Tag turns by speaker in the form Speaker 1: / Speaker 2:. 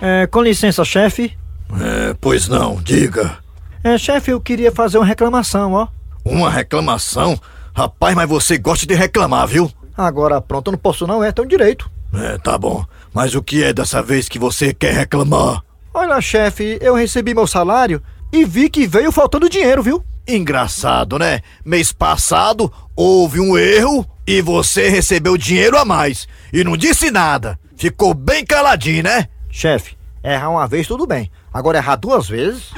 Speaker 1: É, com licença, chefe.
Speaker 2: É, pois não, diga.
Speaker 1: É, chefe, eu queria fazer uma reclamação, ó.
Speaker 2: Uma reclamação? Rapaz, mas você gosta de reclamar, viu?
Speaker 1: Agora, pronto, eu não posso não, é teu direito.
Speaker 2: É, tá bom. Mas o que é dessa vez que você quer reclamar?
Speaker 1: Olha, chefe, eu recebi meu salário e vi que veio faltando dinheiro, viu?
Speaker 2: Engraçado, né? Mês passado houve um erro e você recebeu dinheiro a mais e não disse nada. Ficou bem caladinho, né?
Speaker 1: Chefe, errar uma vez tudo bem. Agora errar duas vezes.